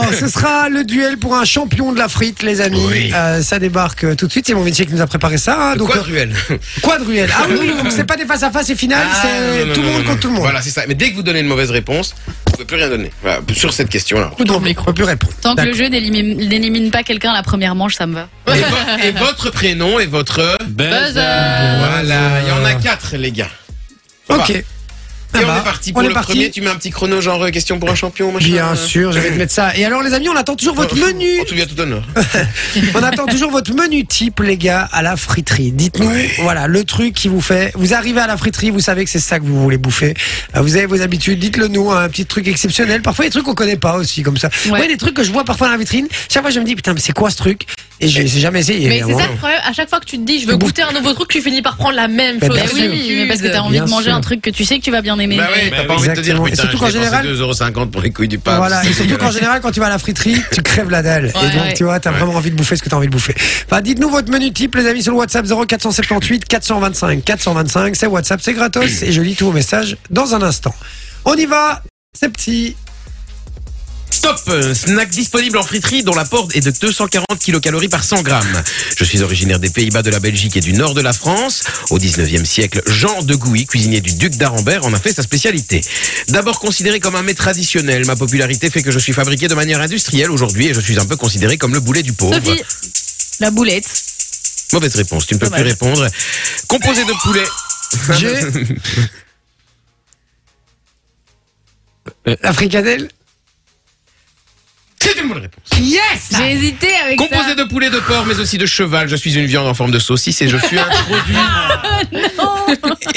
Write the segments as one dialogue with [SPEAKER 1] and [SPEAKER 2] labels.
[SPEAKER 1] Alors, Oh, ce sera le duel pour un champion de la frite, les amis.
[SPEAKER 2] Oui.
[SPEAKER 1] Euh, ça débarque euh, tout de suite. C'est mon métier qui nous a préparé ça. hein. donc,
[SPEAKER 2] Quoi, Ruel
[SPEAKER 1] euh, quadruel. Ah oui, donc c'est pas des face à face et
[SPEAKER 2] Ah,
[SPEAKER 1] finale. c'est tout le monde contre tout le monde.
[SPEAKER 2] Voilà, c'est ça. Mais dès que vous donnez une mauvaise réponse, vous pouvez plus rien donner. Voilà, sur cette question-là.
[SPEAKER 1] Coup de remboursement, on peut plus répondre.
[SPEAKER 3] Tant que
[SPEAKER 1] D'accord.
[SPEAKER 3] le jeu n'élimine n'élimine pas quelqu'un à la première manche, ça me va.
[SPEAKER 2] Et, vo- et votre prénom et votre.
[SPEAKER 3] Buzzer.
[SPEAKER 2] Voilà, il y en a quatre, les gars. Ça va.
[SPEAKER 1] Ok.
[SPEAKER 2] Et
[SPEAKER 1] Ça
[SPEAKER 2] on
[SPEAKER 1] va.
[SPEAKER 2] est parti pour le premier. Tu mets un petit chrono, genre euh, question pour un champion, machin.
[SPEAKER 1] Bien sûr, je vais te mettre ça. Et alors, les amis, on attend toujours votre
[SPEAKER 2] Euh,
[SPEAKER 1] menu.
[SPEAKER 2] On te vient tout honneur.
[SPEAKER 1] On attend toujours votre menu type, les gars, à la friterie. Dites-nous, voilà, le truc qui vous fait. Vous arrivez à la friterie, vous savez que c'est ça que vous voulez bouffer. Euh, Vous avez vos habitudes, dites-le nous, hein, un petit truc exceptionnel. Parfois, il y a des trucs qu'on connaît pas aussi, comme ça.
[SPEAKER 3] Ouais.
[SPEAKER 1] Moi, il y a des trucs que je vois parfois dans la vitrine. Chaque fois, je me dis, putain, mais c'est quoi ce truc Et je n'ai jamais essayé. hein,
[SPEAKER 4] Mais c'est
[SPEAKER 1] évidemment.
[SPEAKER 4] ça le problème, à chaque fois que tu te dis je veux goûter un nouveau truc, tu finis par prendre la même
[SPEAKER 1] Bah,
[SPEAKER 4] chose.
[SPEAKER 1] bien
[SPEAKER 3] Eh
[SPEAKER 4] que
[SPEAKER 1] sûr.
[SPEAKER 3] oui, oui, mais parce que t'as envie
[SPEAKER 1] Bien
[SPEAKER 3] de manger
[SPEAKER 1] sûr.
[SPEAKER 3] un truc que tu sais que tu vas bien aimer.
[SPEAKER 2] Bah oui, t'as pas envie de te dire,
[SPEAKER 1] Exactement. Et
[SPEAKER 2] putain,
[SPEAKER 1] surtout
[SPEAKER 2] surtout
[SPEAKER 1] qu'en
[SPEAKER 2] quand
[SPEAKER 1] général-
[SPEAKER 2] 2,50€ pour les couilles du pain.
[SPEAKER 1] voilà, et surtout qu'en général, quand tu vas à la friterie, tu crèves la dalle.
[SPEAKER 3] Ouais,
[SPEAKER 1] et donc,
[SPEAKER 3] ouais.
[SPEAKER 1] tu vois, t'as vraiment envie de bouffer ce que t'as envie de bouffer. Enfin, dites-nous votre menu type, les amis, sur le WhatsApp 0478 425 425. C'est WhatsApp, c'est gratos. Et je lis tous vos messages dans un instant. On y va, c'est petit.
[SPEAKER 2] Stop euh, Snack disponible en friterie dont l'apport est de 240 kilocalories par 100 grammes. Je suis originaire des Pays-Bas, de la Belgique et du nord de la France. Au 19e siècle, Jean de Gouy, cuisinier du duc d'Arambert, en a fait sa spécialité. D'abord considéré comme un mets traditionnel, ma popularité fait que je suis fabriqué de manière industrielle aujourd'hui et je suis un peu considéré comme le boulet du pauvre.
[SPEAKER 4] Bah,
[SPEAKER 3] Sophie, la boulette.
[SPEAKER 2] Mauvaise réponse, tu ne peux
[SPEAKER 3] Dommage.
[SPEAKER 2] plus répondre. Composé de poulet.
[SPEAKER 1] J'ai. La fricadelle
[SPEAKER 2] C'est une bonne réponse.
[SPEAKER 1] Yes
[SPEAKER 3] J'ai hésité avec
[SPEAKER 2] Composé de poulet, de porc, mais aussi de cheval. Je suis une viande en forme de saucisse et je fus introduite.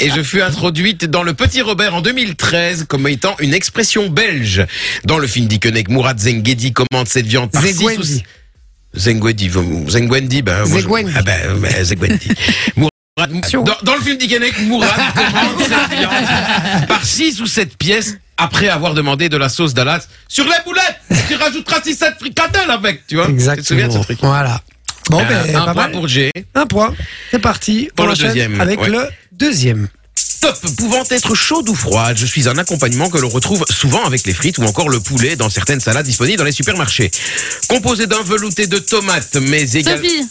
[SPEAKER 2] et je fus introduite dans Le Petit Robert en 2013 comme étant une expression belge. Dans le film Dickeneck, Mourad Zengedi commande cette viande par six
[SPEAKER 1] Zegwendi.
[SPEAKER 2] ou six- Zengwendi, vous- Zengwendi, ben, moi, je-
[SPEAKER 1] Zegwendi.
[SPEAKER 2] Ah ben, euh, ben, Zegwendi. Mourad, dans, dans le film Dickeneck, Mourad commande cette viande par 6 ou 7 pièces après avoir demandé de la sauce d'Alas sur les boulettes. Tu rajouteras 6-7 fricadelles avec, Oh, tu vois. Tu te souviens de ce
[SPEAKER 1] Exactement.
[SPEAKER 2] truc?
[SPEAKER 1] Voilà. Bon,
[SPEAKER 2] Euh,
[SPEAKER 1] ben,
[SPEAKER 2] un
[SPEAKER 1] pas
[SPEAKER 2] point
[SPEAKER 1] mal.
[SPEAKER 2] pour G.
[SPEAKER 1] Un point. C'est parti.
[SPEAKER 2] Pour
[SPEAKER 1] On
[SPEAKER 2] le
[SPEAKER 1] enchaîne
[SPEAKER 2] deuxième,
[SPEAKER 1] Avec
[SPEAKER 2] ouais.
[SPEAKER 1] le deuxième.
[SPEAKER 2] Stop pouvant être chaude ou froide, je suis un accompagnement que l'on retrouve souvent avec les frites ou encore le poulet dans certaines salades disponibles dans les supermarchés. Composé d'un velouté de tomates, mais également...
[SPEAKER 3] Sophie,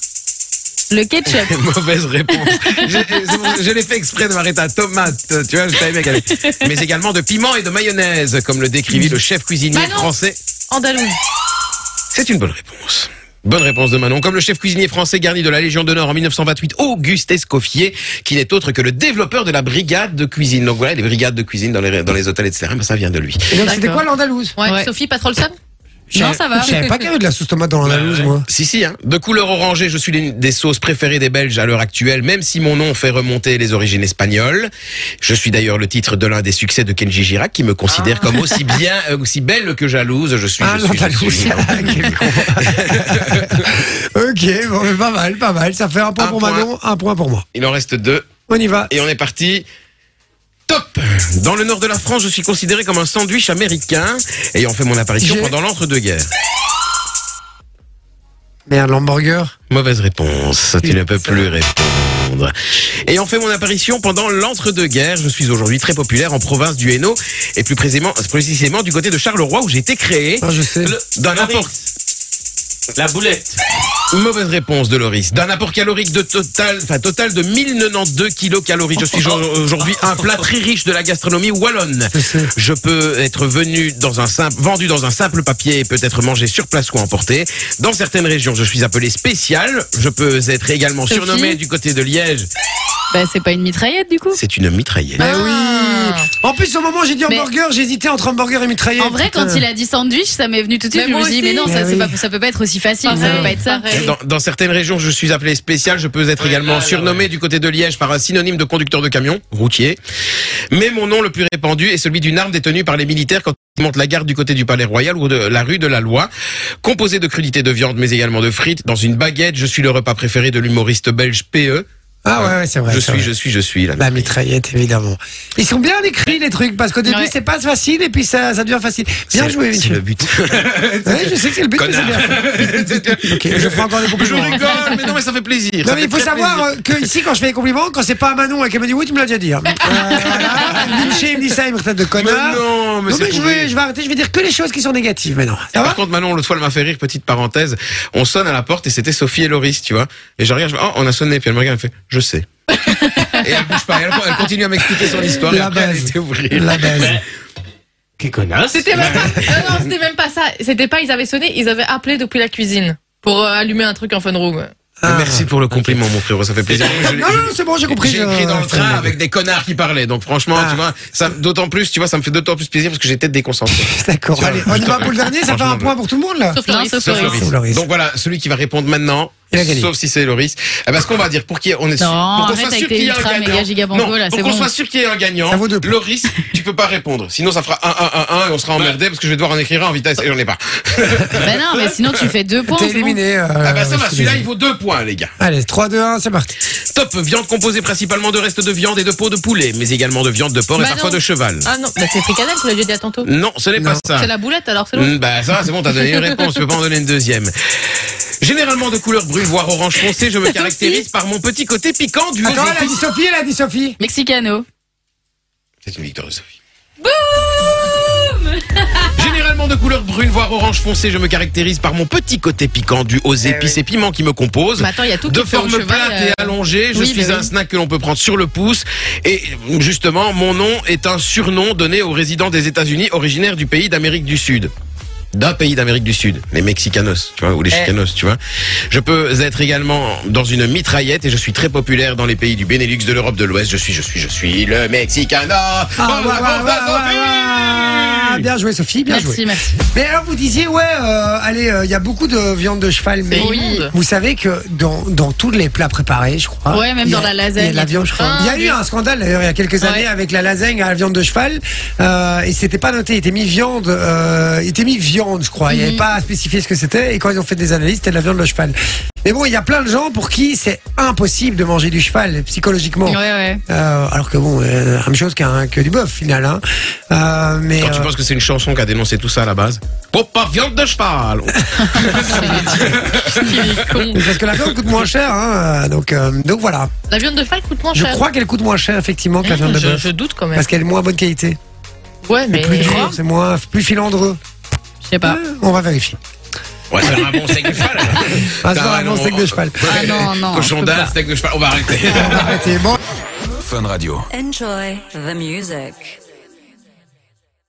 [SPEAKER 3] le ketchup.
[SPEAKER 2] Mauvaise réponse. je c'est pour- je l'ai fait exprès de m'arrêter à tomate, tu vois, je savais bien qu'elle allait- Mais également de piment et de mayonnaise, comme le décrivit le chef cuisinier
[SPEAKER 4] Manon.
[SPEAKER 2] français.
[SPEAKER 4] Andalouse.
[SPEAKER 2] C'est une bonne réponse. Bonne réponse de Manon. Comme le chef cuisinier français garni de la Légion d'honneur en 1928, Auguste Escoffier, qui n'est autre que le développeur de la brigade de cuisine. Donc voilà, les brigades de cuisine dans les, dans les hôtels, etc. Ben, ça vient de lui.
[SPEAKER 1] Et donc, c'était
[SPEAKER 3] D'accord.
[SPEAKER 1] quoi l'Andalouse
[SPEAKER 4] Ouais,
[SPEAKER 3] Ouais.
[SPEAKER 4] Sophie, pas trop le seum
[SPEAKER 3] Non,
[SPEAKER 1] Je-
[SPEAKER 3] ça va.
[SPEAKER 1] Je savais pas qu'il y avait de la sauce tomate dans l'Andalouse, moi.
[SPEAKER 2] Si, si, hein. De couleur orangée, je suis l'une des sauces préférées des Belges à l'heure actuelle, même si mon nom fait remonter les origines espagnoles. Je suis d'ailleurs le titre de l'un des succès de Kenji Girac, qui me considère comme aussi bien, euh, aussi belle que jalouse. Je suis,
[SPEAKER 1] Ah,
[SPEAKER 2] je suis, je
[SPEAKER 1] l'Andalouse.
[SPEAKER 2] suis. Ah,
[SPEAKER 1] Quel con. ok, bon, mais pas mal, pas mal. Ça fait un point
[SPEAKER 2] Un
[SPEAKER 1] pour
[SPEAKER 2] point.
[SPEAKER 1] Manon, un point pour moi.
[SPEAKER 2] Il en reste deux.
[SPEAKER 1] On y va.
[SPEAKER 2] Et on est parti. Top Dans le nord de la France, je suis considéré comme un sandwich américain, ayant fait mon apparition
[SPEAKER 1] J'ai-
[SPEAKER 2] pendant l'entre-deux-guerres.
[SPEAKER 1] Merde, l'hamburger.
[SPEAKER 2] Mauvaise réponse, tu ne peux plus répondre. Ayant fait mon apparition pendant l'entre-deux-guerres, je suis aujourd'hui très populaire en province du Hainaut, et plus précisément, précisément du côté de Charleroi où j'ai été créé.
[SPEAKER 1] Ah, je sais.
[SPEAKER 2] Le- D'un apport.
[SPEAKER 5] La boulette.
[SPEAKER 2] Mauvaise réponse de Loris. D'un apport calorique de total, enfin total de 1092 kilocalories. Je suis aujourd'hui un plat très riche de la gastronomie wallonne.
[SPEAKER 1] Je sais.
[SPEAKER 2] Je peux être venu dans un simple, vendu dans un simple papier et peut être mangé sur place ou emporté. Dans certaines régions, je suis appelé spécial. Je peux être également
[SPEAKER 3] Sophie
[SPEAKER 2] surnommé du côté de Liège.
[SPEAKER 3] Bah, c'est pas une mitraillette du coup.
[SPEAKER 2] C'est une mitraillette.
[SPEAKER 1] Mais
[SPEAKER 3] Ah.
[SPEAKER 1] Eh oui. En plus, au moment où j'ai dit
[SPEAKER 3] Mais-
[SPEAKER 1] hamburger, j'hésitais entre hamburger et mitraillette. Euh.
[SPEAKER 3] En vrai, quand il a dit sandwich, ça m'est venu tout de suite.
[SPEAKER 4] Mais
[SPEAKER 3] je me
[SPEAKER 4] moi
[SPEAKER 3] suis dit, mais
[SPEAKER 4] aussi.
[SPEAKER 3] non,
[SPEAKER 1] Mais
[SPEAKER 3] ça, c'est
[SPEAKER 1] Bah oui.
[SPEAKER 3] pas, ça peut pas être aussi facile. Ça
[SPEAKER 4] Pareil,
[SPEAKER 3] peut pas être ça.
[SPEAKER 4] pareil.
[SPEAKER 2] Dans, dans certaines régions, je suis appelé spécial. Je peux être
[SPEAKER 5] Ouais,
[SPEAKER 2] également
[SPEAKER 5] là, là,
[SPEAKER 2] surnommé
[SPEAKER 5] ouais.
[SPEAKER 2] du côté de Liège par un synonyme de conducteur de camion, routier. Mais mon nom le plus répandu est celui d'une arme détenue par les militaires quand ils montent la garde du côté du Palais Royal ou de la rue de la Loi. Composé de crudités de viande, mais également de frites, dans une baguette, je suis le repas préféré de l'humoriste belge E. PE.
[SPEAKER 1] Ah ouais, ouais, c'est vrai.
[SPEAKER 2] Je
[SPEAKER 1] c'est
[SPEAKER 2] suis,
[SPEAKER 1] vrai.
[SPEAKER 2] je suis, je suis là.
[SPEAKER 1] La mitraillette, évidemment. Ils sont bien écrits, les trucs, parce qu'au début,
[SPEAKER 3] Ouais.
[SPEAKER 1] c'est pas facile, et puis ça, ça devient facile. Bien
[SPEAKER 2] C'est-
[SPEAKER 1] joué,
[SPEAKER 2] C'est
[SPEAKER 1] Vinci.
[SPEAKER 2] le but.
[SPEAKER 1] Ouais, je sais que c'est le but, mais c'est bien. fait. Ok, je prends encore des
[SPEAKER 2] Je
[SPEAKER 1] compliments.
[SPEAKER 2] rigole, mais non, mais ça fait plaisir.
[SPEAKER 1] Non,
[SPEAKER 2] Ça
[SPEAKER 1] mais
[SPEAKER 2] fait
[SPEAKER 1] il faut
[SPEAKER 2] très
[SPEAKER 1] savoir euh, que ici, quand je fais des compliments, quand c'est pas à Manon et qu'elle me dit oui, tu me l'as déjà dit. hein. Euh, voilà. Vinci, il me dit ça, il me traite de
[SPEAKER 2] plaisir.
[SPEAKER 1] connard.
[SPEAKER 2] Mais non, mais
[SPEAKER 1] euh, Non,
[SPEAKER 2] c'est
[SPEAKER 1] mais je
[SPEAKER 2] pourri.
[SPEAKER 1] vais, je vais arrêter, je vais dire que les choses qui sont négatives maintenant. Ça va
[SPEAKER 2] Par contre, Manon, l'autre fois, elle m'a fait rire, petite parenthèse. On sonne à la porte et c'était Sophie et Loris, tu vois. Et je regarde, je fais, oh, on a sonné. Puis elle me regarde, elle fait, je sais. et elle bouge pas. Elle, elle continue à m'expliquer son histoire. et
[SPEAKER 1] La
[SPEAKER 2] après, elle
[SPEAKER 1] base.
[SPEAKER 2] était ouvrée.
[SPEAKER 1] La baise.
[SPEAKER 5] Ouais. Quel connasse
[SPEAKER 4] C'était même pas. non, non, c'était même pas ça. C'était pas. Ils avaient sonné. Ils avaient appelé depuis la cuisine pour euh, allumer un truc en fun room.
[SPEAKER 1] Ah.
[SPEAKER 2] Merci pour le compliment, mon frérot. Ça fait plaisir. Je l'ai-
[SPEAKER 1] Non, non, non, c'est bon, j'ai compris.
[SPEAKER 2] J'ai
[SPEAKER 1] je-
[SPEAKER 2] écrit dans le train avec des connards qui parlaient. Donc franchement,
[SPEAKER 1] Ah.
[SPEAKER 2] tu vois, ça d'autant plus, tu vois, ça me fait d'autant plus plaisir parce que j'étais déconcentré.
[SPEAKER 1] D'accord, allez, on y va pour le dernier, ça fait un
[SPEAKER 2] Franchement,
[SPEAKER 1] point pour tout le monde là.
[SPEAKER 4] Sauf
[SPEAKER 3] Non,
[SPEAKER 4] Loris.
[SPEAKER 3] sauf
[SPEAKER 2] Sauf
[SPEAKER 3] Loris.
[SPEAKER 2] Loris.
[SPEAKER 1] Sauf Loris.
[SPEAKER 2] Donc voilà, celui qui va répondre maintenant,
[SPEAKER 1] Il a gagné.
[SPEAKER 2] sauf si c'est Loris. Eh ben, ce qu'on va dire, pour qu'il y ait- on est sûr-
[SPEAKER 3] Non,
[SPEAKER 2] pour qu'on
[SPEAKER 3] arrête
[SPEAKER 2] soit
[SPEAKER 3] avec
[SPEAKER 2] sûr
[SPEAKER 3] tes
[SPEAKER 2] qu'il y a un
[SPEAKER 3] ultra
[SPEAKER 2] gagnant.
[SPEAKER 3] méga giga
[SPEAKER 2] Non,
[SPEAKER 3] banco, là,
[SPEAKER 2] pour
[SPEAKER 3] c'est
[SPEAKER 2] qu'on
[SPEAKER 3] bon.
[SPEAKER 2] soit sûr qu'il y ait un gagnant.
[SPEAKER 1] Ça vaut deux points.
[SPEAKER 2] Loris, tu peux pas répondre. Sinon, ça fera 1 1 1 1 et on sera emmerdé parce que je vais devoir en écrire un en vitesse et j'en ai pas.
[SPEAKER 3] Bah non, mais sinon tu fais deux points.
[SPEAKER 1] T'es
[SPEAKER 3] c'est bon.
[SPEAKER 1] éliminé. euh,
[SPEAKER 2] Ah bah ça
[SPEAKER 1] je
[SPEAKER 2] va,
[SPEAKER 1] suis
[SPEAKER 2] celui-là il
[SPEAKER 1] désolé.
[SPEAKER 2] vaut 2 points les gars.
[SPEAKER 1] Allez, 3, 2, 1, c'est parti.
[SPEAKER 2] Top, viande composée principalement de restes de viande et de peaux de poulet, mais également de viande de porc et
[SPEAKER 4] Bah
[SPEAKER 2] parfois
[SPEAKER 4] non.
[SPEAKER 2] de cheval.
[SPEAKER 4] Ah non, bah c'est fricadelle, tu l'as déjà dit à tantôt.
[SPEAKER 2] Non, ce n'est pas
[SPEAKER 1] Non.
[SPEAKER 2] ça.
[SPEAKER 4] C'est la boulette alors, c'est l'autre.
[SPEAKER 2] Ah. Mm, Bah ça va, c'est bon, t'as donné une réponse, je peux pas en donner une deuxième. Généralement de couleur brune, voire orange foncé, je me
[SPEAKER 4] Sophie.
[SPEAKER 2] caractérise par mon petit côté piquant du
[SPEAKER 1] Attends, elle a dit Sophie, elle a dit Sophie.
[SPEAKER 3] Mexicano.
[SPEAKER 2] C'est une victoire de Sophie. Généralement de couleur brune, voire orange foncé, je me caractérise par mon petit côté piquant dû aux épices et piments qui me composent.
[SPEAKER 4] Eh Mais attends, il y a tout
[SPEAKER 2] De
[SPEAKER 4] qui fait au
[SPEAKER 2] forme
[SPEAKER 4] cheval,
[SPEAKER 2] plate
[SPEAKER 4] euh,
[SPEAKER 2] et allongée, je
[SPEAKER 4] oui,
[SPEAKER 2] suis
[SPEAKER 4] bah
[SPEAKER 2] un
[SPEAKER 4] oui.
[SPEAKER 2] snack que l'on peut prendre sur le pouce. Et justement, mon nom est un surnom donné aux résidents des États-Unis originaires du pays d'Amérique du Sud. D'un pays d'Amérique du Sud, les Mexicanos, tu vois, ou les Chicanos, tu vois. Je peux être également dans une mitraillette et je suis très populaire dans les pays du Benelux, de l'Europe de l'Ouest. Je suis, je suis, je suis le Mexicano.
[SPEAKER 1] Ah,
[SPEAKER 2] Bravo,
[SPEAKER 1] ouais, ouais, ouais,
[SPEAKER 2] bravo, bravo,
[SPEAKER 1] ouais, ouais, ouais.
[SPEAKER 2] Sophie
[SPEAKER 1] Bien joué, Sophie, bien
[SPEAKER 3] Merci,
[SPEAKER 1] joué.
[SPEAKER 3] merci.
[SPEAKER 1] Mais alors, vous disiez, ouais, euh, allez, euh, il y a beaucoup de viande de cheval, mais
[SPEAKER 4] immonde.
[SPEAKER 1] vous savez que dans, dans tous les plats préparés, je crois.
[SPEAKER 3] Ouais, même
[SPEAKER 1] il y a-
[SPEAKER 3] dans la lasagne,
[SPEAKER 1] Il y a de la
[SPEAKER 3] il y a
[SPEAKER 1] viande
[SPEAKER 3] tout.
[SPEAKER 1] cheval. Il y a
[SPEAKER 3] Ah,
[SPEAKER 1] eu
[SPEAKER 3] oui.
[SPEAKER 1] un scandale, d'ailleurs, il y a quelques
[SPEAKER 3] Ouais.
[SPEAKER 1] années avec la lasagne à la viande de cheval. Euh, et c'était pas noté, il était mis viande, euh, il était mis viande, je crois. Il n'y avait
[SPEAKER 3] Mhm.
[SPEAKER 1] pas à spécifier ce que c'était. Et quand ils ont fait des analyses, c'était de la viande de cheval. Mais bon, il y a plein de gens pour qui c'est impossible de manger du cheval, psychologiquement.
[SPEAKER 3] Ouais, ouais.
[SPEAKER 1] Euh, alors que bon, euh, la même chose qu'un que du bœuf, final. Hein. Euh, mais
[SPEAKER 2] Quand tu
[SPEAKER 1] euh,
[SPEAKER 2] penses que c'est une chanson qui a dénoncé tout ça à la base Pour pas viande de cheval
[SPEAKER 1] Parce que la viande coûte moins cher, hein, euh, donc, euh, donc voilà.
[SPEAKER 4] La viande de cheval coûte moins
[SPEAKER 1] Je
[SPEAKER 4] cher. Mmh,
[SPEAKER 1] crois qu'elle coûte moins cher, effectivement, que la viande de
[SPEAKER 4] Je,
[SPEAKER 1] bœuf.
[SPEAKER 4] je doute quand même.
[SPEAKER 1] Parce qu'elle est moins bonne qualité.
[SPEAKER 4] Ouais, mais. Ah.
[SPEAKER 1] Plus dure, c'est moins, plus filandreux.
[SPEAKER 3] Je sais pas.
[SPEAKER 1] Euh, On va vérifier.
[SPEAKER 2] Ouais, c'est un bon steak de cheval.
[SPEAKER 1] Ah, c'est
[SPEAKER 2] Putain,
[SPEAKER 1] un bon
[SPEAKER 2] non,
[SPEAKER 1] steak de cheval.
[SPEAKER 3] Ah non, non, je
[SPEAKER 2] Cochon
[SPEAKER 3] peux
[SPEAKER 2] d'Inde,
[SPEAKER 3] pas.
[SPEAKER 2] steak de cheval, on va arrêter.
[SPEAKER 1] On va arrêter. Bon,
[SPEAKER 6] Enjoy the music.